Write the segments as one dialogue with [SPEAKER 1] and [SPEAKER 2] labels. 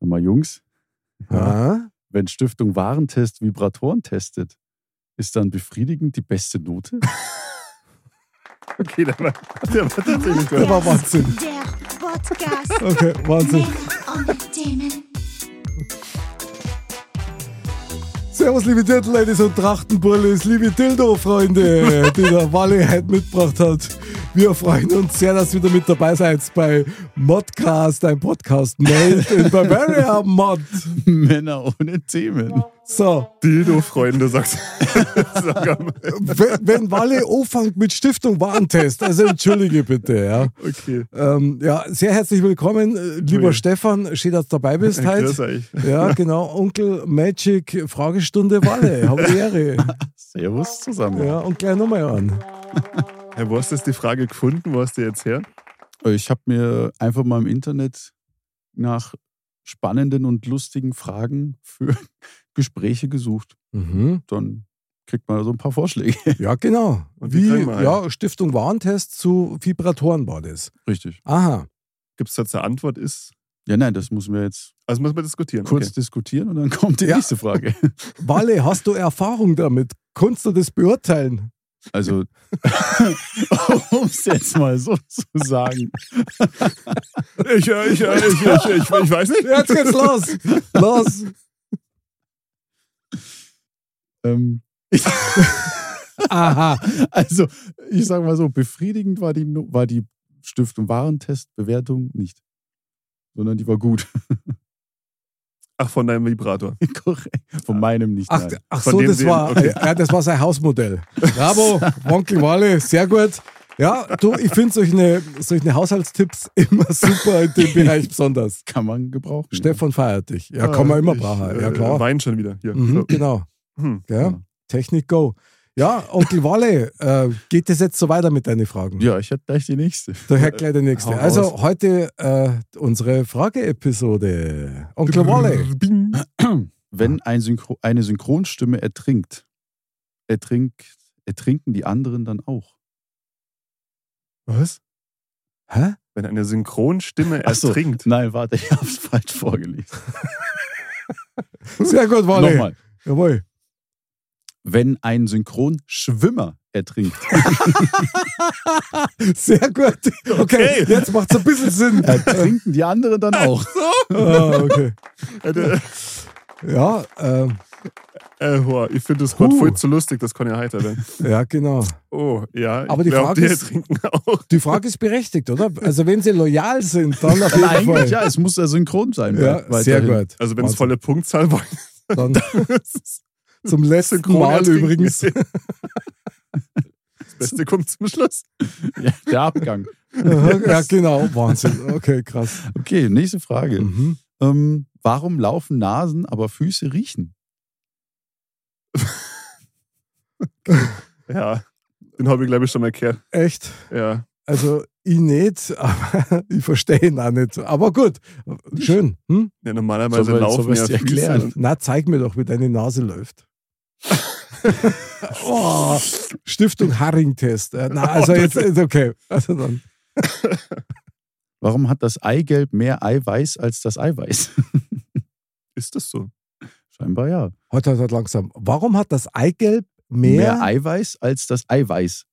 [SPEAKER 1] Sag mal, Jungs,
[SPEAKER 2] Ja.
[SPEAKER 1] wenn Stiftung Warentest Vibratoren testet, ist dann befriedigend die beste Note? okay, der war, der war tatsächlich
[SPEAKER 2] Der
[SPEAKER 1] gut.
[SPEAKER 2] war Wahnsinn.
[SPEAKER 3] Der Podcast.
[SPEAKER 2] Okay, Wahnsinn.
[SPEAKER 3] Männer ohne Themen.
[SPEAKER 2] Servus, liebe Dirndl-Ladies und Trachtenbullis, liebe Dildo-Freunde, die der Wally heute mitgebracht hat. Wir freuen uns sehr, dass ihr wieder mit dabei seid bei Modcast, ein Podcast made in Bavaria Mod.
[SPEAKER 1] Männer ohne Themen.
[SPEAKER 2] So,
[SPEAKER 4] Dildo-Freunde, sagst du.
[SPEAKER 2] wenn, wenn Wally anfängt mit Stiftung Warentest, also entschuldige bitte, ja.
[SPEAKER 4] okay.
[SPEAKER 2] Ähm, ja, sehr herzlich willkommen, äh, lieber
[SPEAKER 4] Ui.
[SPEAKER 2] Stefan. Schön, dass du dabei bist
[SPEAKER 4] Grüß
[SPEAKER 2] heute.
[SPEAKER 4] euch.
[SPEAKER 2] Ja, genau. Onkel Magic, Fragestunde Walle. Hab die Ehre.
[SPEAKER 1] Servus zusammen.
[SPEAKER 2] Ja, und gleich nochmal an.
[SPEAKER 4] Ja, wo hast du jetzt die Frage gefunden? Wo hast du jetzt her?
[SPEAKER 1] Ich habe mir einfach mal im Internet nach spannenden und lustigen Fragen für Gespräche gesucht.
[SPEAKER 2] Mhm.
[SPEAKER 1] Dann kriegt man so ein paar Vorschläge.
[SPEAKER 2] Ja, genau.
[SPEAKER 4] Und die
[SPEAKER 2] Wie,
[SPEAKER 4] kriegen wir halt.
[SPEAKER 2] ja, Stiftung Warentest zu Vibratoren war das.
[SPEAKER 1] Richtig.
[SPEAKER 2] Aha.
[SPEAKER 4] Gibt es dazu eine Antwort? Ist.
[SPEAKER 1] Ja, nein, das müssen wir jetzt
[SPEAKER 4] Also muss man diskutieren.
[SPEAKER 1] kurz diskutieren und dann kommt die
[SPEAKER 2] Ja.
[SPEAKER 1] nächste Frage.
[SPEAKER 2] Walle, hast du Erfahrung damit? Kannst du das beurteilen?
[SPEAKER 1] Also, um es jetzt mal so zu sagen.
[SPEAKER 4] Okay. Ich, äh, ich, äh, ich, ich, ich, ich weiß nicht.
[SPEAKER 2] Jetzt geht's los. Los.
[SPEAKER 1] Ähm, ich,
[SPEAKER 2] Aha.
[SPEAKER 1] also, ich sage mal so, befriedigend war die, No- war die Stift- und Warentestbewertung nicht, sondern die war gut.
[SPEAKER 4] Ach, von deinem Vibrator.
[SPEAKER 1] Korrekt. Von meinem nicht.
[SPEAKER 2] Ach,
[SPEAKER 1] nein.
[SPEAKER 2] ach
[SPEAKER 4] Von
[SPEAKER 2] so,
[SPEAKER 4] dem
[SPEAKER 2] das
[SPEAKER 4] sehen,
[SPEAKER 2] war,
[SPEAKER 4] okay.
[SPEAKER 2] ja, das war sein Hausmodell. Bravo, Onkel Walle, sehr gut. Ja, du, ich finde solche, solche Haushaltstipps immer super in dem Bereich besonders.
[SPEAKER 1] Kann man gebrauchen. ne?
[SPEAKER 2] Stefan feiert dich. Ja, kann man immer brauchen.
[SPEAKER 4] Ah, Ich,
[SPEAKER 2] Ja,
[SPEAKER 4] äh,
[SPEAKER 2] klar.
[SPEAKER 4] Wein schon wieder. Hier.
[SPEAKER 2] Mhm,
[SPEAKER 4] So.
[SPEAKER 2] genau.
[SPEAKER 4] Hm.
[SPEAKER 2] Ja,
[SPEAKER 1] Ja.
[SPEAKER 2] Technik go. Ja, Onkel Walle, äh, geht es jetzt so weiter mit deinen Fragen?
[SPEAKER 1] Ja, ich hätte gleich die nächste.
[SPEAKER 2] Daher gleich der nächste.
[SPEAKER 1] Hau
[SPEAKER 2] also
[SPEAKER 1] raus.
[SPEAKER 2] heute äh, unsere Frage-Episode. Onkel Walle.
[SPEAKER 4] Bing.
[SPEAKER 1] Wenn ein Synchro eine Synchronstimme ertrinkt, ertrinkt, ertrinken die anderen dann auch.
[SPEAKER 4] Was?
[SPEAKER 2] Hä?
[SPEAKER 4] Wenn eine Synchronstimme
[SPEAKER 1] Ach so.
[SPEAKER 4] ertrinkt.
[SPEAKER 1] Nein, warte, ich hab's falsch vorgelesen.
[SPEAKER 2] Sehr gut, Walle.
[SPEAKER 1] Nochmal.
[SPEAKER 2] Jawohl.
[SPEAKER 1] Wenn ein Synchronschwimmer ertrinkt,
[SPEAKER 2] Sehr gut. Okay,
[SPEAKER 4] Okay.
[SPEAKER 2] jetzt macht es ein bisschen Sinn.
[SPEAKER 1] ertrinken die anderen dann auch.
[SPEAKER 2] ah, okay.
[SPEAKER 4] Äh,
[SPEAKER 2] Ja, ähm,
[SPEAKER 4] äh, boah, ich finde das gerade
[SPEAKER 2] Huh.
[SPEAKER 4] voll zu lustig, das kann ja heiter werden.
[SPEAKER 2] ja, genau.
[SPEAKER 4] Oh, ja.
[SPEAKER 2] Aber
[SPEAKER 4] ich
[SPEAKER 2] die
[SPEAKER 4] glaub,
[SPEAKER 2] Frage
[SPEAKER 4] die
[SPEAKER 2] ist-
[SPEAKER 4] trinken auch.
[SPEAKER 2] Die Frage ist berechtigt, oder? Also wenn sie loyal sind, dann auf jeden Fall.
[SPEAKER 1] Eigentlich, ja, es muss ja synchron sein.
[SPEAKER 2] ja
[SPEAKER 1] weit-
[SPEAKER 2] sehr
[SPEAKER 1] weiterhin.
[SPEAKER 2] gut.
[SPEAKER 4] Also wenn es
[SPEAKER 2] Wahnsinn.
[SPEAKER 4] volle Punktzahl war.
[SPEAKER 2] Dann zum letzten
[SPEAKER 4] Synchron
[SPEAKER 2] Mal
[SPEAKER 4] ertrinken.
[SPEAKER 2] übrigens.
[SPEAKER 4] Das Beste kommt zum Schluss.
[SPEAKER 1] Ja, der Abgang.
[SPEAKER 2] Aha, ja, genau. Wahnsinn. Okay, krass.
[SPEAKER 1] Okay, nächste Frage.
[SPEAKER 2] Mhm.
[SPEAKER 1] Ähm, warum laufen Nasen, aber Füße riechen?
[SPEAKER 4] Ja, den habe ich, glaube ich, schon mal gehört.
[SPEAKER 2] Echt?
[SPEAKER 4] Ja.
[SPEAKER 2] Also ich nicht, aber ich verstehe ihn auch nicht. Aber gut, schön. Hm?
[SPEAKER 4] ja normalerweise
[SPEAKER 1] Soll man- soll
[SPEAKER 4] laufen
[SPEAKER 1] man's
[SPEAKER 4] ja
[SPEAKER 1] dir
[SPEAKER 4] Füße
[SPEAKER 1] erklären?
[SPEAKER 4] und-
[SPEAKER 2] Na, zeig mir doch, wie deine Nase läuft. oh, Stiftung Haring-Test. Äh, Na, also jetzt, ist okay. Also dann.
[SPEAKER 1] Warum hat das Eigelb mehr Eiweiß als das Eiweiß?
[SPEAKER 4] Ist das so?
[SPEAKER 1] Scheinbar ja.
[SPEAKER 2] Heute halt, halt langsam. Warum hat das Eigelb mehr,
[SPEAKER 1] Mehr Eiweiß als das Eiweiß.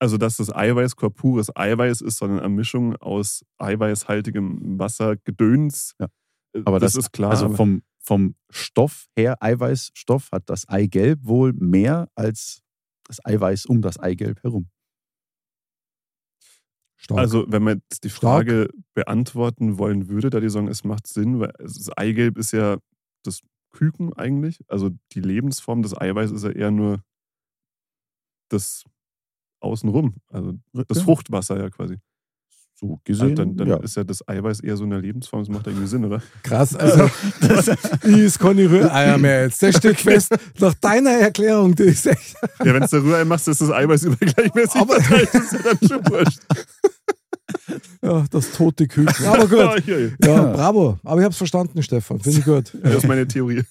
[SPEAKER 4] Also, dass das Eiweiß kein pures Eiweiß ist, sondern eine Mischung aus eiweißhaltigem Wasser, Gedöns.
[SPEAKER 1] Ja.
[SPEAKER 4] Äh,
[SPEAKER 1] Aber das,
[SPEAKER 4] ist klar.
[SPEAKER 1] Also
[SPEAKER 4] aber-
[SPEAKER 1] vom, vom Stoff her, Eiweißstoff, hat das Eigelb wohl mehr als das Eiweiß um das Eigelb herum.
[SPEAKER 2] Stark.
[SPEAKER 4] Also, wenn man jetzt die
[SPEAKER 2] Stark.
[SPEAKER 4] Frage beantworten wollen würde, da die sagen, es macht Sinn, weil das Eigelb ist ja das Küken eigentlich. Also die Lebensform des Eiweiß ist ja eher nur das außenrum, also das
[SPEAKER 1] Ja.
[SPEAKER 4] Fruchtwasser ja quasi.
[SPEAKER 1] so gesehen.
[SPEAKER 4] dann dann
[SPEAKER 1] ja.
[SPEAKER 4] ist ja das Eiweiß eher so eine Lebensform, das macht irgendwie Sinn, oder?
[SPEAKER 2] Krass, also ist keine Rühreier Ah mehr jetzt. Das steht fest, nach deiner Erklärung, die ist echt.
[SPEAKER 4] Ja, wenn es da Rührei machst, ist das Eiweiß über gleichmäßig
[SPEAKER 2] Aber-
[SPEAKER 4] verteilt, das ist ja dann schon wurscht.
[SPEAKER 2] Ja, das tote Küken. Aber gut.
[SPEAKER 4] Ja, ja.
[SPEAKER 2] Ja, bravo. Aber ich hab's verstanden, Stefan. Finde ich gut.
[SPEAKER 4] Das ist meine Theorie.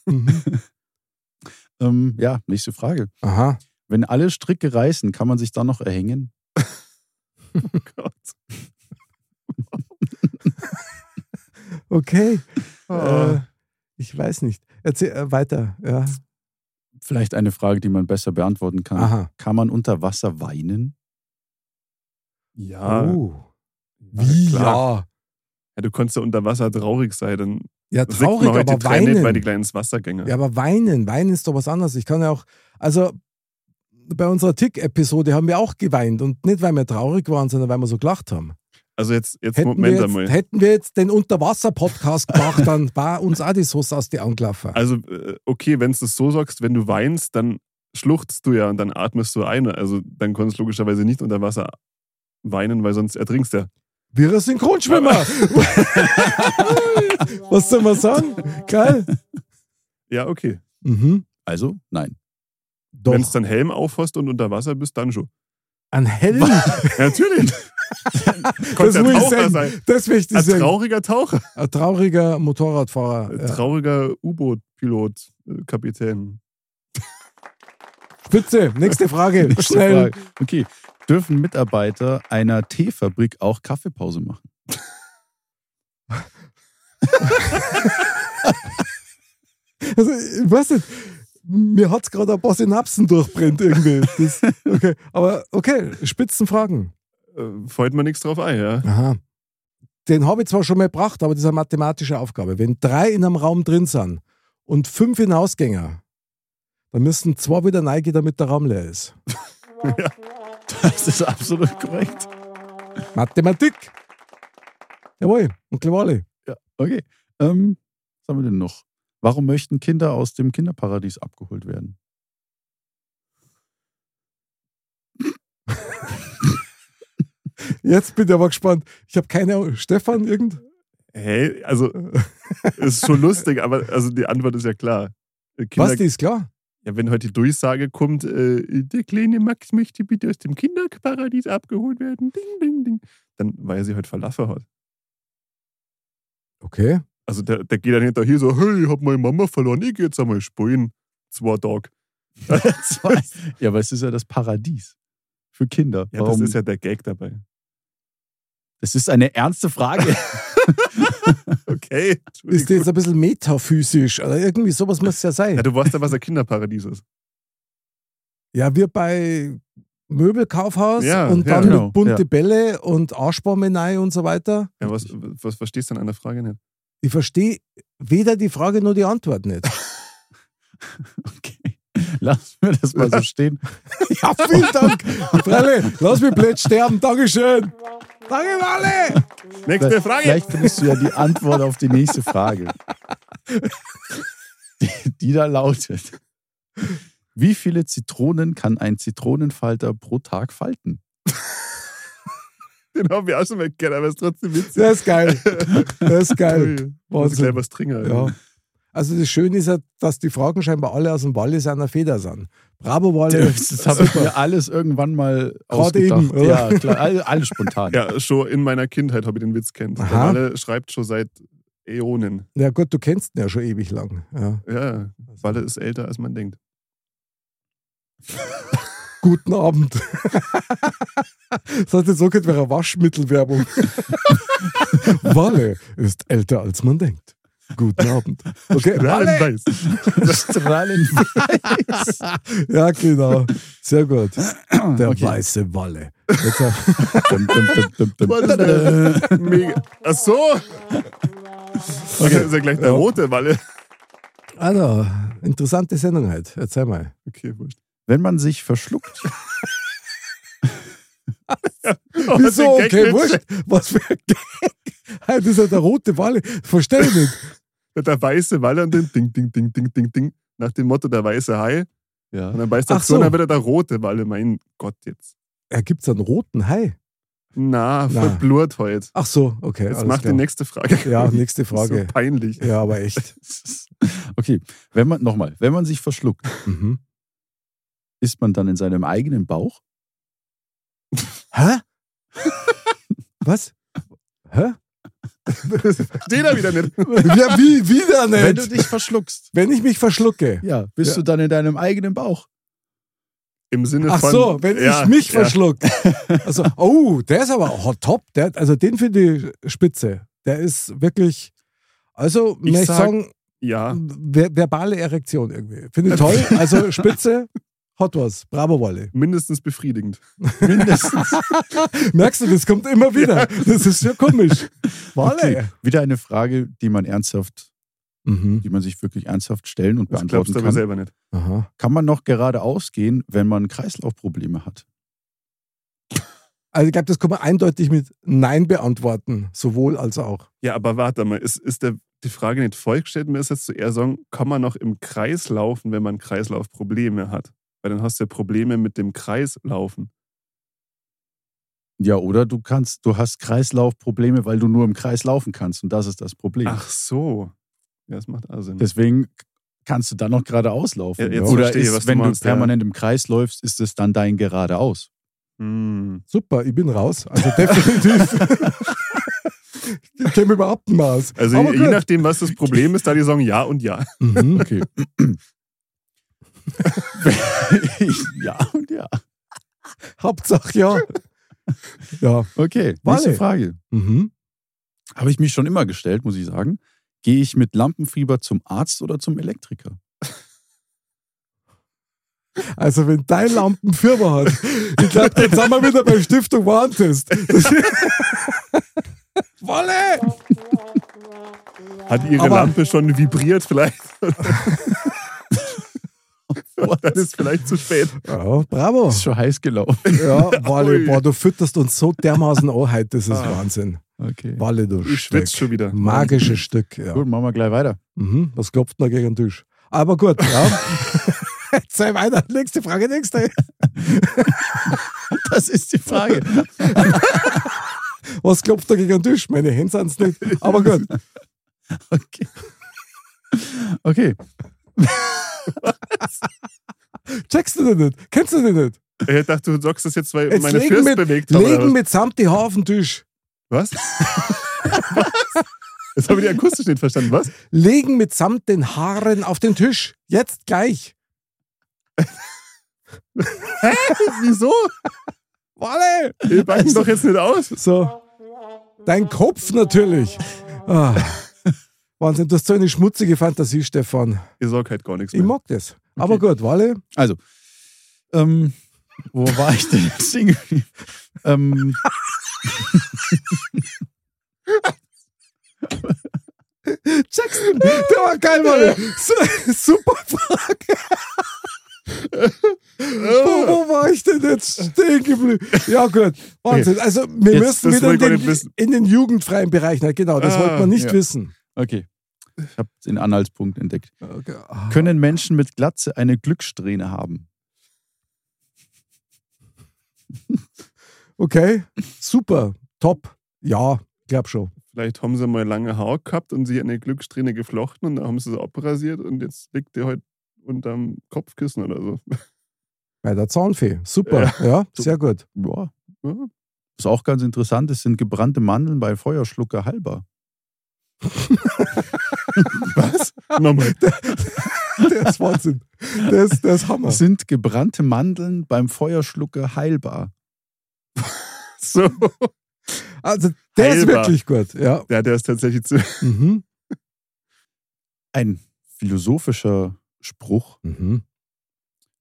[SPEAKER 1] ähm, ja, nächste Frage.
[SPEAKER 2] Aha.
[SPEAKER 1] Wenn alle Stricke reißen, kann man sich dann noch erhängen?
[SPEAKER 4] Gott.
[SPEAKER 2] Okay.
[SPEAKER 4] Ah.
[SPEAKER 2] Äh, ich weiß nicht. Erzähl äh, weiter. Ja.
[SPEAKER 1] Vielleicht eine Frage, die man besser beantworten kann.
[SPEAKER 2] Aha.
[SPEAKER 1] Kann man unter Wasser weinen?
[SPEAKER 4] Ja,
[SPEAKER 2] Oh. Wie
[SPEAKER 4] klar.
[SPEAKER 2] ja?
[SPEAKER 4] ja, du konntest ja unter Wasser traurig sein, dann
[SPEAKER 2] Ja,
[SPEAKER 4] sinkt man
[SPEAKER 2] traurig,
[SPEAKER 4] heute die
[SPEAKER 2] aber
[SPEAKER 4] Tränen nicht, weil die
[SPEAKER 2] weinen.
[SPEAKER 4] kleinen ins Wasser gingen.
[SPEAKER 2] Ja, aber weinen. Weinen ist doch was anderes. Ich kann ja auch, also bei unserer Tick-Episode haben wir auch geweint. Und nicht, weil wir traurig waren, sondern weil wir so gelacht haben.
[SPEAKER 4] Also jetzt, jetzt
[SPEAKER 2] Hätten wir
[SPEAKER 4] Moment
[SPEAKER 2] jetzt,
[SPEAKER 4] einmal.
[SPEAKER 2] hätten wir jetzt den Unterwasser-Podcast gemacht, dann war uns auch die Sauce aus die Anklaffer.
[SPEAKER 4] Also, äh, okay, wenn du es so sagst, wenn du weinst, dann schluchzt du ja und dann atmest du ein. Also, dann konntest du logischerweise nicht unter Wasser weinen, weil sonst ertrinkst du.
[SPEAKER 2] Wir sind Synchronschwimmer. Was soll man sagen? Geil.
[SPEAKER 4] Ja, okay.
[SPEAKER 2] Mhm.
[SPEAKER 1] Also, nein.
[SPEAKER 2] Doch.
[SPEAKER 4] Wenn du dann Helm aufhast und unter Wasser bist, dann schon.
[SPEAKER 2] Ein Helm.
[SPEAKER 4] Ja, natürlich.
[SPEAKER 2] Das
[SPEAKER 4] Konntest ja
[SPEAKER 2] muss ich
[SPEAKER 4] Taucher
[SPEAKER 2] sagen.
[SPEAKER 4] sein.
[SPEAKER 2] Das möchte ich
[SPEAKER 4] Ein
[SPEAKER 2] sagen.
[SPEAKER 4] trauriger Taucher.
[SPEAKER 2] Ein trauriger Motorradfahrer.
[SPEAKER 4] Ein
[SPEAKER 2] Ja.
[SPEAKER 4] trauriger U-Boot-Pilot, äh, Kapitän.
[SPEAKER 2] Spitze. Nächste Frage.
[SPEAKER 1] Nächste
[SPEAKER 2] Schnell.
[SPEAKER 1] Frage. Okay. Dürfen Mitarbeiter einer Teefabrik auch Kaffeepause machen?
[SPEAKER 2] Also, ich weiß nicht. Mir hat es gerade ein paar Synapsen durchbrennt irgendwie. Das, okay. Aber okay, Spitzenfragen.
[SPEAKER 4] Äh, freut man nichts drauf ein, ja.
[SPEAKER 2] Aha. Den habe ich zwar schon mal gebracht, aber das ist eine mathematische Aufgabe. Wenn drei in einem Raum drin sind und fünf Hinausgänger, dann müssen zwei wieder neigen, damit der Raum leer ist.
[SPEAKER 1] Das ist absolut korrekt.
[SPEAKER 2] Mathematik! Jawohl, und Klavali.
[SPEAKER 1] Okay. Ähm, was haben wir denn noch? Warum möchten Kinder aus dem Kinderparadies abgeholt werden?
[SPEAKER 2] Jetzt bin ich aber gespannt. Ich habe keine Ahnung. Stefan, irgend?
[SPEAKER 4] Hey, also, ist schon lustig, aber also die Antwort ist ja klar. Äh, Kinder
[SPEAKER 2] Was, die ist klar?
[SPEAKER 4] Ja, wenn heute die Durchsage kommt, äh, der kleine Max möchte bitte aus dem Kinderparadies abgeholt werden, ding, ding, ding, dann weil sie heute Falafel hat.
[SPEAKER 2] Okay.
[SPEAKER 4] Also der, der geht dann hinterher so, hey, ich hab meine Mama verloren, ich geh jetzt einmal spielen. Zwei Tag.
[SPEAKER 1] Ja, aber es ist ja das Paradies für Kinder.
[SPEAKER 4] ja, das
[SPEAKER 2] Um
[SPEAKER 1] Warum-
[SPEAKER 4] ist ja der Gag dabei.
[SPEAKER 1] das ist eine ernste Frage.
[SPEAKER 4] Okay.
[SPEAKER 2] Ist das jetzt ein bisschen metaphysisch? Oder irgendwie sowas muss es ja
[SPEAKER 4] ja,
[SPEAKER 2] sein.
[SPEAKER 4] du weißt ja, was ein Kinderparadies ist.
[SPEAKER 2] Ja, wir bei Möbelkaufhaus
[SPEAKER 4] Ja,
[SPEAKER 2] und
[SPEAKER 4] ja.
[SPEAKER 2] dann
[SPEAKER 1] Genau,
[SPEAKER 2] mit bunte
[SPEAKER 1] ja.
[SPEAKER 2] Bälle und Arschbaumenei und so weiter.
[SPEAKER 4] Ja, was, was verstehst du denn an der Frage nicht?
[SPEAKER 2] Ich verstehe weder die Frage noch die Antwort nicht.
[SPEAKER 1] Okay. Lassen wir das mal so stehen.
[SPEAKER 2] ja, Ah, vielen Dank. Fralle, lass mich blöd sterben. Dankeschön. Danke, Fralle.
[SPEAKER 4] Nächste
[SPEAKER 1] Vielleicht-
[SPEAKER 4] Frage!
[SPEAKER 1] Vielleicht findest du ja die Antwort auf die nächste Frage. Die, die da lautet: Wie viele Zitronen kann ein Zitronenfalter pro Tag falten?
[SPEAKER 4] Den haben wir auch schon mal gehört, aber ist trotzdem witzig.
[SPEAKER 2] Das ist geil. Das ist geil.
[SPEAKER 4] Ui, muss ich gleich
[SPEAKER 2] Wahnsinn.
[SPEAKER 4] was trinken.
[SPEAKER 2] Ja. Also das Schöne ist ja, dass die Fragen scheinbar alle aus dem Wallis einer Feder sind. Bravo, Wallis.
[SPEAKER 1] Das habe ich mir alles irgendwann mal
[SPEAKER 2] Gerade eben,
[SPEAKER 1] ausgedacht.
[SPEAKER 2] oder?
[SPEAKER 1] Ja, klar, alles, alles spontan.
[SPEAKER 4] Ja, schon in meiner Kindheit habe ich den Witz kennt. Der
[SPEAKER 2] Aha.
[SPEAKER 4] Walle schreibt schon seit Äonen.
[SPEAKER 2] Ja gut, du kennst ihn ja schon ewig lang. Ja.
[SPEAKER 4] Ja, Walle ist älter, als man denkt.
[SPEAKER 2] Guten Abend. Das hat jetzt so gehört, wäre eine Waschmittelwerbung. Walle ist älter, als man denkt. Guten Abend. Okay, Walle.
[SPEAKER 4] weiß.
[SPEAKER 1] Strahlend.
[SPEAKER 2] Ja, genau. Sehr gut. Der
[SPEAKER 1] Okay.
[SPEAKER 2] weiße Walle. Jetzt äh, auch-
[SPEAKER 1] Dum, dum, dum, dum, dum.
[SPEAKER 4] Äh, Mega. Ach so. Okay, das ist ja gleich der rote Walle.
[SPEAKER 2] Also, interessante Sendung halt. Erzähl mal.
[SPEAKER 4] Okay, wurscht.
[SPEAKER 1] Wenn man sich verschluckt,
[SPEAKER 4] Oh,
[SPEAKER 2] Wieso?
[SPEAKER 4] den Gag
[SPEAKER 2] Okay,
[SPEAKER 4] mit-
[SPEAKER 2] wurscht. Was für ein Gag. Hey, Das ist ja der rote Walle. Verstehe ich nicht.
[SPEAKER 4] Mit der weiße Walle und dann ding, ding, ding, ding, ding, ding. Nach dem Motto der weiße Hai.
[SPEAKER 1] ja.
[SPEAKER 4] Und dann beißt er
[SPEAKER 2] Ach
[SPEAKER 4] zu und
[SPEAKER 2] so.
[SPEAKER 4] dann wird er der rote Walle. Mein Gott, jetzt.
[SPEAKER 2] Er gibt einen roten Hai.
[SPEAKER 4] Na,
[SPEAKER 2] Na.
[SPEAKER 4] verblurrt heute.
[SPEAKER 2] Ach so, okay.
[SPEAKER 4] Jetzt
[SPEAKER 2] alles
[SPEAKER 4] mach
[SPEAKER 2] klar.
[SPEAKER 4] die nächste Frage.
[SPEAKER 2] Ja, nächste
[SPEAKER 4] Das ist
[SPEAKER 2] Frage.
[SPEAKER 4] So peinlich.
[SPEAKER 2] Ja, aber echt.
[SPEAKER 1] Okay, wenn man, nochmal, wenn man sich verschluckt,
[SPEAKER 2] Mhm.
[SPEAKER 1] isst man dann in seinem eigenen Bauch?
[SPEAKER 2] Hä? Was? Hä?
[SPEAKER 4] Den da wieder nicht.
[SPEAKER 2] Ja, wie, wieder
[SPEAKER 1] Wenn du
[SPEAKER 2] nicht.
[SPEAKER 1] dich verschluckst.
[SPEAKER 2] Wenn ich mich verschlucke.
[SPEAKER 1] Ja, bist
[SPEAKER 2] Ja.
[SPEAKER 1] du dann in deinem eigenen Bauch?
[SPEAKER 4] Im Sinne
[SPEAKER 2] Ach
[SPEAKER 4] von.
[SPEAKER 2] so, wenn
[SPEAKER 4] Ja,
[SPEAKER 2] ich mich
[SPEAKER 4] ja.
[SPEAKER 2] verschlucke. Also, oh, der ist aber oh, top. Der, also den finde ich spitze. Der ist wirklich. Also,
[SPEAKER 4] Ich
[SPEAKER 2] möchte ich
[SPEAKER 4] sag- Ah.
[SPEAKER 2] sagen,
[SPEAKER 4] Ja.
[SPEAKER 2] ver verbale Erektion irgendwie. Finde ich toll. Also Spitze, hot was. Bravo, Wolle.
[SPEAKER 4] Mindestens befriedigend.
[SPEAKER 1] Mindestens.
[SPEAKER 2] Merkst du, das kommt immer wieder. Das ist ja komisch. Wolle.
[SPEAKER 1] Okay. Wieder eine Frage, die man ernsthaft,
[SPEAKER 2] Mhm.
[SPEAKER 1] die man sich wirklich ernsthaft stellen und
[SPEAKER 4] Das
[SPEAKER 1] beantworten
[SPEAKER 4] glaubst du aber
[SPEAKER 1] kann.
[SPEAKER 4] selber nicht.
[SPEAKER 2] Aha.
[SPEAKER 1] Kann man noch geradeaus gehen, wenn man Kreislaufprobleme hat?
[SPEAKER 2] Also ich glaube, das kann man eindeutig mit Nein beantworten. Sowohl als auch.
[SPEAKER 4] Ja, aber warte mal, ist, ist der, die Frage nicht vollgestellt? Mir ist jetzt zu eher sagen, kann man noch im Kreis laufen, wenn man Kreislaufprobleme hat? Weil dann hast du ja Probleme mit dem Kreislaufen.
[SPEAKER 1] Ja, oder du kannst, du hast Kreislaufprobleme, weil du nur im Kreis laufen kannst und das ist das Problem.
[SPEAKER 4] Ach so. Ja, das macht auch Sinn.
[SPEAKER 1] Deswegen kannst du dann noch geradeaus laufen.
[SPEAKER 4] Ja, jetzt
[SPEAKER 1] oder
[SPEAKER 4] verstehe ich,
[SPEAKER 1] ist,
[SPEAKER 4] was du
[SPEAKER 1] wenn du,
[SPEAKER 4] meinst, ja.
[SPEAKER 1] permanent im Kreis läufst, ist es dann dein geradeaus.
[SPEAKER 4] Hm.
[SPEAKER 2] Super, ich bin raus. Also definitiv. ich käme überhaupt nicht mehr aus.
[SPEAKER 4] Also
[SPEAKER 2] Aber
[SPEAKER 4] je, je
[SPEAKER 2] gut.
[SPEAKER 4] nachdem, was das Problem ist, da die sagen ja und ja.
[SPEAKER 2] Mhm.
[SPEAKER 1] Okay. ja und ja.
[SPEAKER 2] Hauptsache ja. Ja.
[SPEAKER 1] Okay,
[SPEAKER 2] Vale.
[SPEAKER 1] nächste Frage.
[SPEAKER 2] Mhm.
[SPEAKER 1] Habe ich mich schon immer gestellt, muss ich sagen. Gehe ich mit Lampenfieber zum Arzt oder zum Elektriker?
[SPEAKER 2] Also wenn dein Lampenfirma hat, ich glaube, dann sind wir wieder bei Stiftung Warntest. Wolle!
[SPEAKER 4] Hat ihre
[SPEAKER 2] Aber-
[SPEAKER 4] Lampe schon vibriert vielleicht? dann ist vielleicht zu spät.
[SPEAKER 2] Ja, bravo.
[SPEAKER 4] Oh.
[SPEAKER 1] Ist schon heiß gelaufen.
[SPEAKER 2] Ja, Walle,
[SPEAKER 4] Ui. Ah.
[SPEAKER 2] boah, du fütterst uns so dermaßen an heute, das ist Wahnsinn.
[SPEAKER 1] Okay.
[SPEAKER 2] Walle, du Stück.
[SPEAKER 4] Ich schwitze schon wieder.
[SPEAKER 2] Magisches Stück, ja.
[SPEAKER 1] Gut, machen wir gleich weiter.
[SPEAKER 2] Mhm, was klopft da gegen den Tisch? Aber gut, ja. Jetzt sei weiter. Nächste Frage, nächste.
[SPEAKER 1] Das ist die Frage.
[SPEAKER 2] Was klopft da gegen den Tisch? Meine Hände sind es nicht. Aber gut.
[SPEAKER 1] Okay. Okay.
[SPEAKER 2] Checkst du den nicht? Kennst du den nicht?
[SPEAKER 4] Ich dachte, du sagst das jetzt, weil
[SPEAKER 2] Jetzt
[SPEAKER 4] meine
[SPEAKER 2] legen
[SPEAKER 4] Fürst
[SPEAKER 2] mit-
[SPEAKER 4] bewegt haben.
[SPEAKER 2] Legen
[SPEAKER 4] oder
[SPEAKER 2] mitsamt die Haare auf den Tisch.
[SPEAKER 4] was? Was? Jetzt habe ich die akustisch nicht verstanden. Was?
[SPEAKER 2] Legen mitsamt den Haaren auf den Tisch. Jetzt gleich.
[SPEAKER 4] Wieso?
[SPEAKER 2] Wolle!
[SPEAKER 4] Wir backen doch jetzt nicht aus.
[SPEAKER 2] So. Dein Kopf natürlich. Ah. Wahnsinn, du hast so eine schmutzige Fantasie, Stefan.
[SPEAKER 4] Ihr sagt halt gar nichts
[SPEAKER 2] Ich
[SPEAKER 4] mehr.
[SPEAKER 2] mag das. Aber gut, Walle.
[SPEAKER 1] Also, ähm, wo war ich denn jetzt stehen geblieben? ähm,
[SPEAKER 2] Jackson, der war geil, Walle. Su- Super Frage. Wo, Oh,
[SPEAKER 4] Ah.
[SPEAKER 2] wo war ich denn jetzt stehen geblieben? Ja, gut. Wahnsinn. Also, wir
[SPEAKER 4] Jetzt,
[SPEAKER 2] müssen
[SPEAKER 4] das
[SPEAKER 2] wieder in
[SPEAKER 4] will ich gar nicht
[SPEAKER 2] den,
[SPEAKER 4] wissen.
[SPEAKER 2] in den jugendfreien Bereich. Na, genau, das
[SPEAKER 4] Ah,
[SPEAKER 2] wollte man nicht
[SPEAKER 1] ja.
[SPEAKER 2] wissen.
[SPEAKER 1] okay. Ich habe den Anhaltspunkt entdeckt.
[SPEAKER 2] Okay. Ah.
[SPEAKER 1] Können Menschen mit Glatze eine Glückssträhne haben?
[SPEAKER 2] Okay, super, top. Ja, glaub schon.
[SPEAKER 4] Vielleicht haben sie mal lange Haare gehabt und sie eine Glückssträhne geflochten und dann haben sie sie abrasiert und jetzt liegt die heute unterm Kopfkissen oder so.
[SPEAKER 2] Bei der Zahnfee. Super, ja, sehr gut.
[SPEAKER 1] Ja.
[SPEAKER 4] Ja.
[SPEAKER 1] Ist auch ganz interessant. Es sind gebrannte Mandeln bei Feuerschlucker halber.
[SPEAKER 4] Was? Nochmal.
[SPEAKER 2] Der ist Wahnsinn. Der ist, der ist Hammer.
[SPEAKER 1] Sind gebrannte Mandeln beim Feuerschlucker heilbar?
[SPEAKER 4] So.
[SPEAKER 2] Also, der ist
[SPEAKER 4] Heilbar.
[SPEAKER 2] wirklich gut. Ja.
[SPEAKER 4] Ja, der ist tatsächlich zu.
[SPEAKER 2] Mhm.
[SPEAKER 1] Ein philosophischer Spruch.
[SPEAKER 2] Mhm.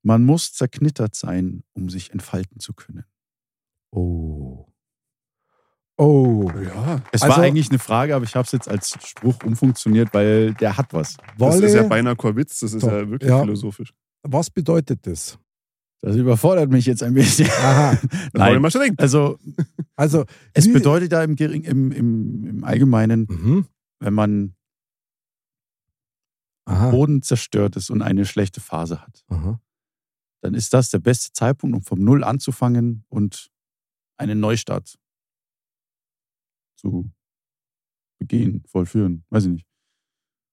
[SPEAKER 1] Man muss zerknittert sein, um sich entfalten zu können.
[SPEAKER 2] Oh. Oh.
[SPEAKER 4] Ja.
[SPEAKER 1] Es
[SPEAKER 2] Also-
[SPEAKER 1] war eigentlich eine Frage, aber ich habe es jetzt als Spruch umfunktioniert, weil der hat was.
[SPEAKER 4] Das ist ja
[SPEAKER 2] Wolle,
[SPEAKER 4] beinahe kein Witz, das ist
[SPEAKER 2] Doch.
[SPEAKER 4] ja wirklich
[SPEAKER 2] Ja.
[SPEAKER 4] philosophisch.
[SPEAKER 2] was bedeutet das?
[SPEAKER 1] Das überfordert mich jetzt ein bisschen.
[SPEAKER 2] Aha.
[SPEAKER 4] Das wollen wir
[SPEAKER 1] Nein.
[SPEAKER 4] mal schon denken.
[SPEAKER 1] Also
[SPEAKER 2] Also,
[SPEAKER 1] es
[SPEAKER 2] Wie-
[SPEAKER 1] bedeutet da im, Gering, im, im, im Allgemeinen,
[SPEAKER 2] mhm.
[SPEAKER 1] wenn man
[SPEAKER 2] Aha.
[SPEAKER 1] Boden zerstört ist und eine schlechte Phase hat,
[SPEAKER 2] Aha.
[SPEAKER 1] dann ist das der beste Zeitpunkt, um vom Null anzufangen und einen Neustart zu begehen, vollführen. Weiß ich nicht.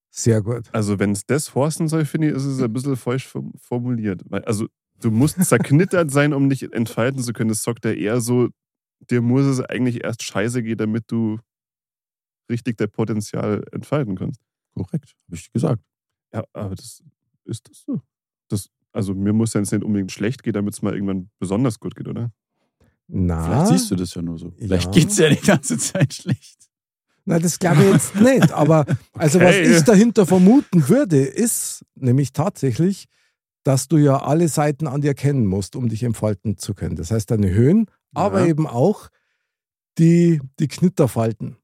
[SPEAKER 2] Sehr gut.
[SPEAKER 4] Also, wenn es das horsten soll, finde ich, ist es ein bisschen falsch form- formuliert. Weil, also, du musst zerknittert sein, um dich entfalten zu können. Das sagt er eher so, dir muss es eigentlich erst scheiße gehen, damit du richtig dein Potenzial entfalten kannst.
[SPEAKER 1] Korrekt, habe ich gesagt.
[SPEAKER 4] Ja, aber das ist das so. Das, also, mir muss ja jetzt nicht unbedingt schlecht gehen, damit es mal irgendwann besonders gut geht, oder?
[SPEAKER 2] Na,
[SPEAKER 1] Vielleicht siehst du das ja nur so. Vielleicht
[SPEAKER 2] Ah. Ja.
[SPEAKER 1] geht's ja die ganze Zeit schlecht.
[SPEAKER 2] Nein, das glaube ich jetzt nicht. Aber also was
[SPEAKER 4] Okay.
[SPEAKER 2] ich dahinter vermuten würde, ist nämlich tatsächlich, dass du ja alle Seiten an dir kennen musst, um dich entfalten zu können. Das heißt deine Höhen, aber
[SPEAKER 4] Ja.
[SPEAKER 2] eben auch die, die Knitterfalten.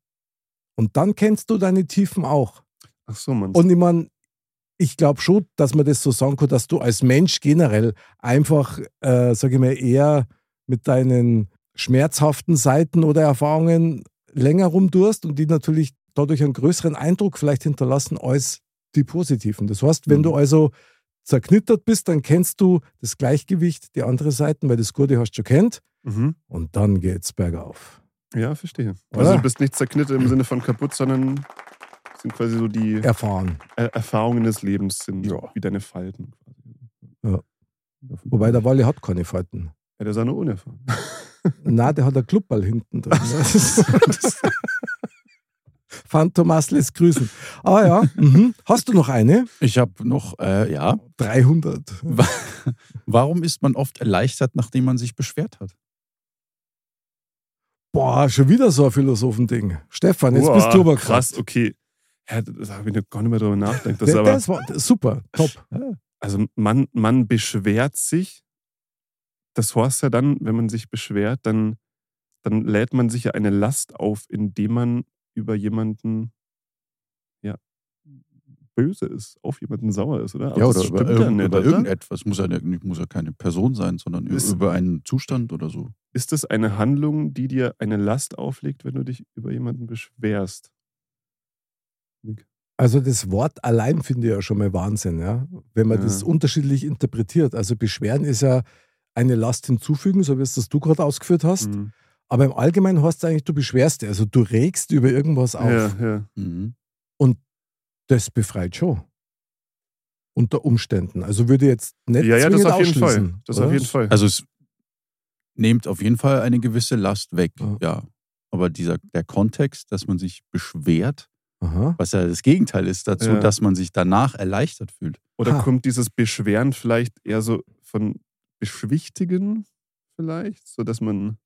[SPEAKER 2] Und dann kennst du deine Tiefen auch.
[SPEAKER 4] Ach so, Mann.
[SPEAKER 2] Und ich meine, ich glaube schon, dass man das so sagen kann, dass du als Mensch generell einfach, äh, sage ich mal, eher mit deinen schmerzhaften Seiten oder Erfahrungen länger rumdurst und die natürlich dadurch einen größeren Eindruck vielleicht hinterlassen als die positiven. Das heißt, wenn
[SPEAKER 1] Mhm.
[SPEAKER 2] du also zerknittert bist, dann kennst du das Gleichgewicht, die andere Seiten, weil das Gute hast du schon kennt
[SPEAKER 4] Mhm.
[SPEAKER 2] und dann geht's bergauf.
[SPEAKER 4] Ja, verstehe. Also,
[SPEAKER 2] Oder?
[SPEAKER 4] du bist nicht zerknittert im Sinne von kaputt, sondern sind quasi so die
[SPEAKER 2] Erfahren.
[SPEAKER 4] Er- Erfahrungen des Lebens sind
[SPEAKER 2] Ja.
[SPEAKER 4] wie deine Falten quasi.
[SPEAKER 2] Wobei der Walle hat keine Falten.
[SPEAKER 4] Ja, das ist auch nur unerfahren.
[SPEAKER 2] Na, der hat einen Clubball hinten drin. Das ist- das- Phantomas lässt grüßen. Ah ja, mhm. hast du noch eine?
[SPEAKER 1] Ich habe noch, äh, ja.
[SPEAKER 2] 300.
[SPEAKER 1] Wa- Warum ist man oft erleichtert, nachdem man sich beschwert hat?
[SPEAKER 2] Boah, schon wieder so ein Philosophending. Stefan, jetzt
[SPEAKER 4] Uah,
[SPEAKER 2] bist du aber
[SPEAKER 4] krass. Okay. Ja, da habe ich noch gar nicht mehr drüber nachgedacht.
[SPEAKER 2] Das,
[SPEAKER 4] Das ist aber,
[SPEAKER 2] das war super, top.
[SPEAKER 4] also man, man beschwert sich. Das heißt ja dann, wenn man sich beschwert, dann, dann lädt man sich ja eine Last auf, indem man über jemanden ja, böse ist, auf jemanden sauer ist, oder? Aber
[SPEAKER 1] Ja,
[SPEAKER 4] das
[SPEAKER 1] oder über,
[SPEAKER 4] stimmt ja
[SPEAKER 1] irgend,
[SPEAKER 4] nicht,
[SPEAKER 1] über
[SPEAKER 4] oder?
[SPEAKER 1] irgendetwas. Muss ja, nicht- muss ja keine Person sein, sondern ü-
[SPEAKER 4] Ist-
[SPEAKER 1] über einen Zustand oder so.
[SPEAKER 4] Ist das eine Handlung, die dir eine Last auflegt, wenn du dich über jemanden beschwerst?
[SPEAKER 2] Also das Wort allein finde ich ja schon mal Wahnsinn, ja? wenn man
[SPEAKER 4] Ja.
[SPEAKER 2] das unterschiedlich interpretiert. Also Beschweren ist ja eine Last hinzufügen, so wie es das du gerade ausgeführt hast.
[SPEAKER 4] Mhm.
[SPEAKER 2] Aber im Allgemeinen heißt es eigentlich, du beschwerst dich, also du regst über irgendwas auf.
[SPEAKER 4] Ja, ja.
[SPEAKER 1] Mhm.
[SPEAKER 2] das befreit schon. Unter Umständen. Also würde jetzt nicht
[SPEAKER 4] ja, ja, das
[SPEAKER 2] zwingend
[SPEAKER 4] auf jeden Fall.
[SPEAKER 2] ausschließen,
[SPEAKER 4] Das
[SPEAKER 2] oder?
[SPEAKER 4] auf jeden Fall.
[SPEAKER 1] Also es nehmt auf jeden Fall eine gewisse Last weg,
[SPEAKER 2] Ja.
[SPEAKER 1] ja. Aber dieser, der Kontext, dass man sich beschwert,
[SPEAKER 2] Aha.
[SPEAKER 1] was ja das Gegenteil ist dazu,
[SPEAKER 4] Ja.
[SPEAKER 1] dass man sich danach erleichtert fühlt.
[SPEAKER 4] Oder
[SPEAKER 2] Ha.
[SPEAKER 4] kommt dieses Beschweren vielleicht eher so von Beschwichtigen vielleicht, so dass man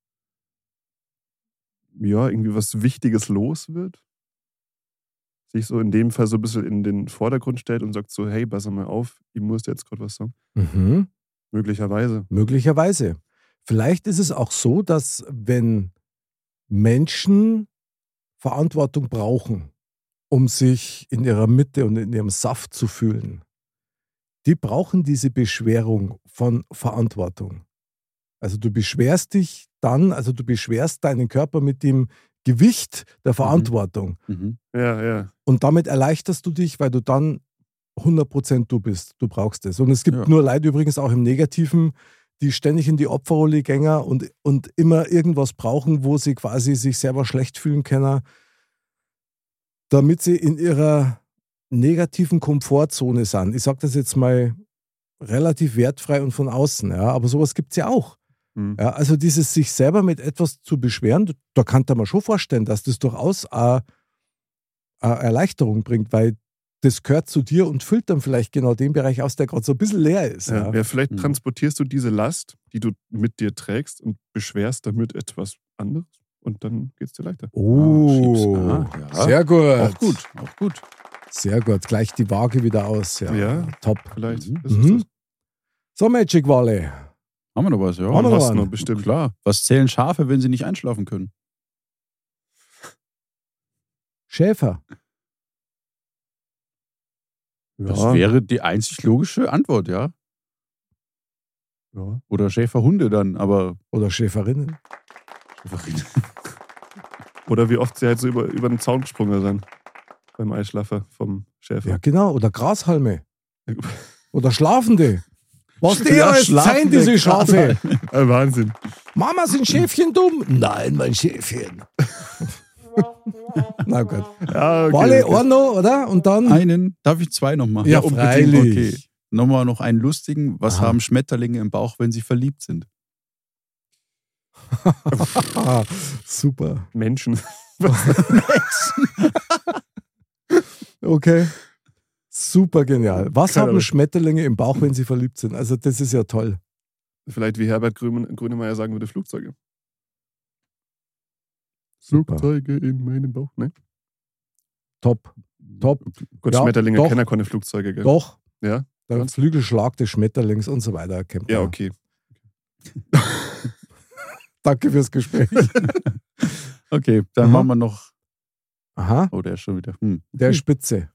[SPEAKER 4] ja irgendwie was Wichtiges los wird, sich so in dem Fall so ein bisschen in den Vordergrund stellt und sagt so, hey, pass mal auf, ich muss dir jetzt gerade was sagen.
[SPEAKER 2] Mhm.
[SPEAKER 4] Möglicherweise.
[SPEAKER 2] Möglicherweise. Vielleicht ist es auch so, dass wenn Menschen Verantwortung brauchen, um sich in ihrer Mitte und in ihrem Saft zu fühlen, die brauchen diese Beschwerung von Verantwortung. Also du beschwerst dich dann, also du beschwerst deinen Körper mit dem Gewicht der Verantwortung.
[SPEAKER 1] Mhm.
[SPEAKER 4] Ja, ja.
[SPEAKER 2] Und damit erleichterst du dich, weil du dann 100% du bist. Du brauchst es. Und es gibt
[SPEAKER 1] Ja.
[SPEAKER 2] nur Leute übrigens auch im Negativen, die ständig in die Opferrolle gänger und, und immer irgendwas brauchen, wo sie quasi sich selber schlecht fühlen können, damit sie in ihrer negativen Komfortzone sind. Ich sage das jetzt mal relativ wertfrei und von außen, ja, aber sowas gibt es ja auch.
[SPEAKER 4] Hm.
[SPEAKER 2] Ja, also dieses sich selber mit etwas zu beschweren, da kann man schon vorstellen, dass das durchaus eine, eine Erleichterung bringt, weil das gehört zu dir und füllt dann vielleicht genau den Bereich aus, der gerade so ein bisschen leer ist.
[SPEAKER 4] Ja,
[SPEAKER 2] Ja.
[SPEAKER 4] ja, vielleicht
[SPEAKER 1] Mhm.
[SPEAKER 4] transportierst du diese Last, die du mit dir trägst und beschwerst damit etwas anderes und dann geht es dir leichter.
[SPEAKER 2] Oh,
[SPEAKER 1] Ah, schiebst. Aha, ja.
[SPEAKER 2] sehr gut.
[SPEAKER 1] Auch gut, auch gut.
[SPEAKER 2] Sehr gut. Gleich die Waage wieder aus. Ja,
[SPEAKER 4] Ja.
[SPEAKER 2] top.
[SPEAKER 4] Vielleicht.
[SPEAKER 1] Mhm.
[SPEAKER 4] Das ist
[SPEAKER 2] Mhm.
[SPEAKER 4] das.
[SPEAKER 2] So, Magic Valley.
[SPEAKER 1] Haben wir noch was, ja.
[SPEAKER 2] Haben wir noch
[SPEAKER 4] hast
[SPEAKER 2] einen?
[SPEAKER 4] noch bestimmt.
[SPEAKER 1] Klar. Was zählen Schafe, wenn sie nicht einschlafen können?
[SPEAKER 2] Schäfer.
[SPEAKER 1] Das wäre die einzig logische Antwort, ja.
[SPEAKER 4] ja.
[SPEAKER 1] Oder Schäferhunde dann, aber
[SPEAKER 2] Oder Schäferinnen.
[SPEAKER 4] Oder wie oft sie halt so über, über den Zaun gesprungen sind. Beim Eischlaffer vom
[SPEAKER 2] Ja,
[SPEAKER 4] Schäfer.
[SPEAKER 2] genau. Oder Grashalme. Oder Schlafende. Was die
[SPEAKER 1] Ja,
[SPEAKER 2] alles sein,
[SPEAKER 1] schlafende
[SPEAKER 2] diese Schafe. Ah,
[SPEAKER 4] Wahnsinn.
[SPEAKER 2] Mama, sind Schäfchen dumm? Nein, mein Schäfchen. Na gut.
[SPEAKER 4] Ja,
[SPEAKER 2] Wale, Orno, oder? Und dann?
[SPEAKER 1] Einen, darf ich zwei noch machen?
[SPEAKER 2] Hm. ja,
[SPEAKER 1] unbedingt.
[SPEAKER 2] freilich.
[SPEAKER 1] Nochmal noch einen lustigen. Was
[SPEAKER 2] Aha.
[SPEAKER 1] haben Schmetterlinge im Bauch, wenn sie verliebt sind?
[SPEAKER 2] Ah, super.
[SPEAKER 4] Menschen.
[SPEAKER 2] Okay. Super genial. Was
[SPEAKER 4] Keine
[SPEAKER 2] haben
[SPEAKER 4] Ahnung.
[SPEAKER 2] Schmetterlinge im Bauch, wenn sie verliebt sind? Also, das ist ja toll.
[SPEAKER 4] Vielleicht wie Herbert Grün- Grünemeyer sagen würde, Flugzeuge.
[SPEAKER 2] Super.
[SPEAKER 4] Flugzeuge in meinem Bauch. Ne?
[SPEAKER 2] Top. Top.
[SPEAKER 4] Gut,
[SPEAKER 2] Ja,
[SPEAKER 4] Schmetterlinge
[SPEAKER 2] doch.
[SPEAKER 4] kennen ja keine Flugzeuge, gell?
[SPEAKER 2] Doch.
[SPEAKER 4] Ja?
[SPEAKER 2] Der
[SPEAKER 4] Ganz-
[SPEAKER 2] Flügelschlag des Schmetterlings und so weiter. Kennt
[SPEAKER 4] Ja,
[SPEAKER 2] man.
[SPEAKER 4] okay.
[SPEAKER 2] Danke fürs Gespräch.
[SPEAKER 1] Okay, dann
[SPEAKER 2] Aha.
[SPEAKER 1] machen wir noch.
[SPEAKER 2] Aha.
[SPEAKER 1] Oh, der ist schon wieder. Hm.
[SPEAKER 2] mhm. Der ist Spitze.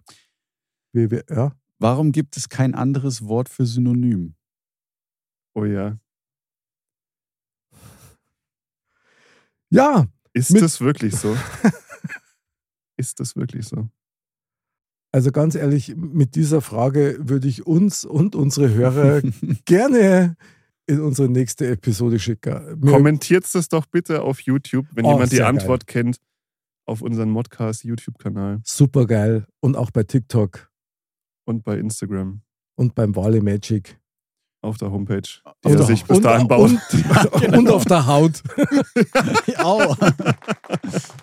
[SPEAKER 2] Wie, wie, ja.
[SPEAKER 1] Warum gibt es kein anderes Wort für Synonym?
[SPEAKER 4] Oh ja.
[SPEAKER 2] ja,
[SPEAKER 4] Ist
[SPEAKER 2] Mit-
[SPEAKER 4] das wirklich so? Ist das wirklich so?
[SPEAKER 2] also ganz ehrlich, mit dieser Frage würde ich uns und unsere Hörer gerne in unsere nächste Episode schicken. Wir-
[SPEAKER 4] Kommentiert es doch bitte auf YouTube, wenn
[SPEAKER 2] Oh,
[SPEAKER 4] jemand die
[SPEAKER 2] sehr
[SPEAKER 4] Antwort kennt, auf unseren Modcast YouTube-Kanal
[SPEAKER 2] Super geil. Und auch bei TikTok
[SPEAKER 4] und bei Instagram
[SPEAKER 2] und beim Wale Magic.
[SPEAKER 4] auf der Homepage, die
[SPEAKER 2] Auf
[SPEAKER 4] er
[SPEAKER 2] der-
[SPEAKER 4] sich bis
[SPEAKER 2] und-
[SPEAKER 4] dahin baut.
[SPEAKER 2] Und, und auf der Haut.
[SPEAKER 1] Au.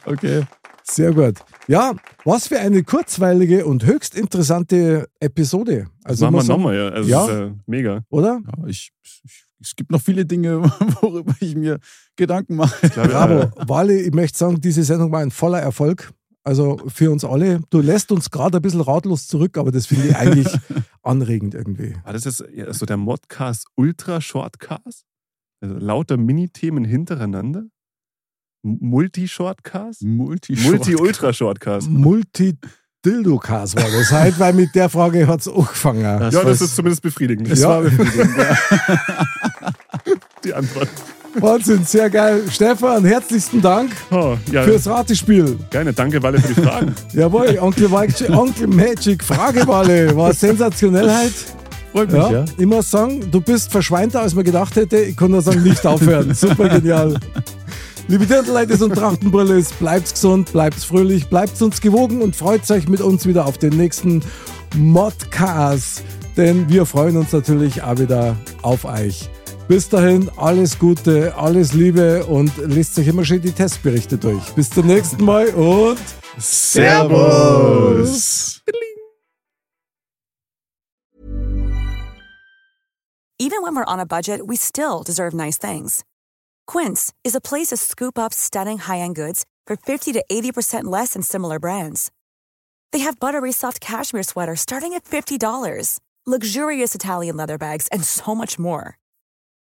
[SPEAKER 1] okay.
[SPEAKER 2] Sehr gut. Ja, was für eine kurzweilige und höchst interessante Episode.
[SPEAKER 4] das
[SPEAKER 2] Also
[SPEAKER 4] machen wir
[SPEAKER 2] muss man-
[SPEAKER 4] nochmal, ja. Also
[SPEAKER 2] Ja.
[SPEAKER 4] Ist, äh, mega.
[SPEAKER 2] Oder?
[SPEAKER 1] Ja, ich, ich, es gibt noch viele Dinge, worüber ich mir Gedanken mache.
[SPEAKER 4] Ich glaube,
[SPEAKER 2] Bravo.
[SPEAKER 4] äh,
[SPEAKER 2] Wale, ich möchte sagen, diese Sendung war ein voller Erfolg. Also für uns alle. Du lässt uns gerade ein bisschen ratlos zurück, aber das finde ich eigentlich anregend irgendwie.
[SPEAKER 4] War Ah, das jetzt ja, so der Modcast Ultra Shortcast? Also lauter Mini-Themen hintereinander? M- Multi-Shortcast?
[SPEAKER 1] Multi
[SPEAKER 4] Multi-Ultra-Shortcast.
[SPEAKER 2] Multi-Dildo-Cast war das halt, weil mit der Frage hat es angefangen.
[SPEAKER 1] Das
[SPEAKER 4] Ja, das
[SPEAKER 1] war's.
[SPEAKER 4] ist zumindest befriedigend.
[SPEAKER 2] Ja.
[SPEAKER 4] die Antwort.
[SPEAKER 2] Wahnsinn, sehr geil. Stefan, herzlichsten Dank
[SPEAKER 4] Oh, ja,
[SPEAKER 2] fürs Ratespiel.
[SPEAKER 4] gerne. Danke, Walle, für die Fragen.
[SPEAKER 2] Jawohl, Onkel, Mike, Onkel Magic, Frageballe, war sensationell halt.
[SPEAKER 1] Freut mich,
[SPEAKER 2] Ja,
[SPEAKER 1] ja.
[SPEAKER 2] Ich muss sagen, du bist verschweinter, als man gedacht hätte. Ich kann nur sagen, nicht aufhören. Super genial. Liebe Dirndl-Ladies und Trachtenbrillis, bleibt's gesund, bleibt's fröhlich, bleibt's uns gewogen und freut euch mit uns wieder auf den nächsten Modcast. Denn wir freuen uns natürlich auch wieder auf euch. Bis dahin, alles Gute, alles Liebe und lest euch immer schön die Testberichte durch. Bis zum nächsten Mal und...
[SPEAKER 4] Servus.
[SPEAKER 5] Even when we're on a budget, we still deserve nice things. Quince is a place to scoop up stunning high end goods for 50 to 80% less than similar brands. They have buttery soft cashmere sweaters starting at $50, luxurious Italian leather bags, and so much more.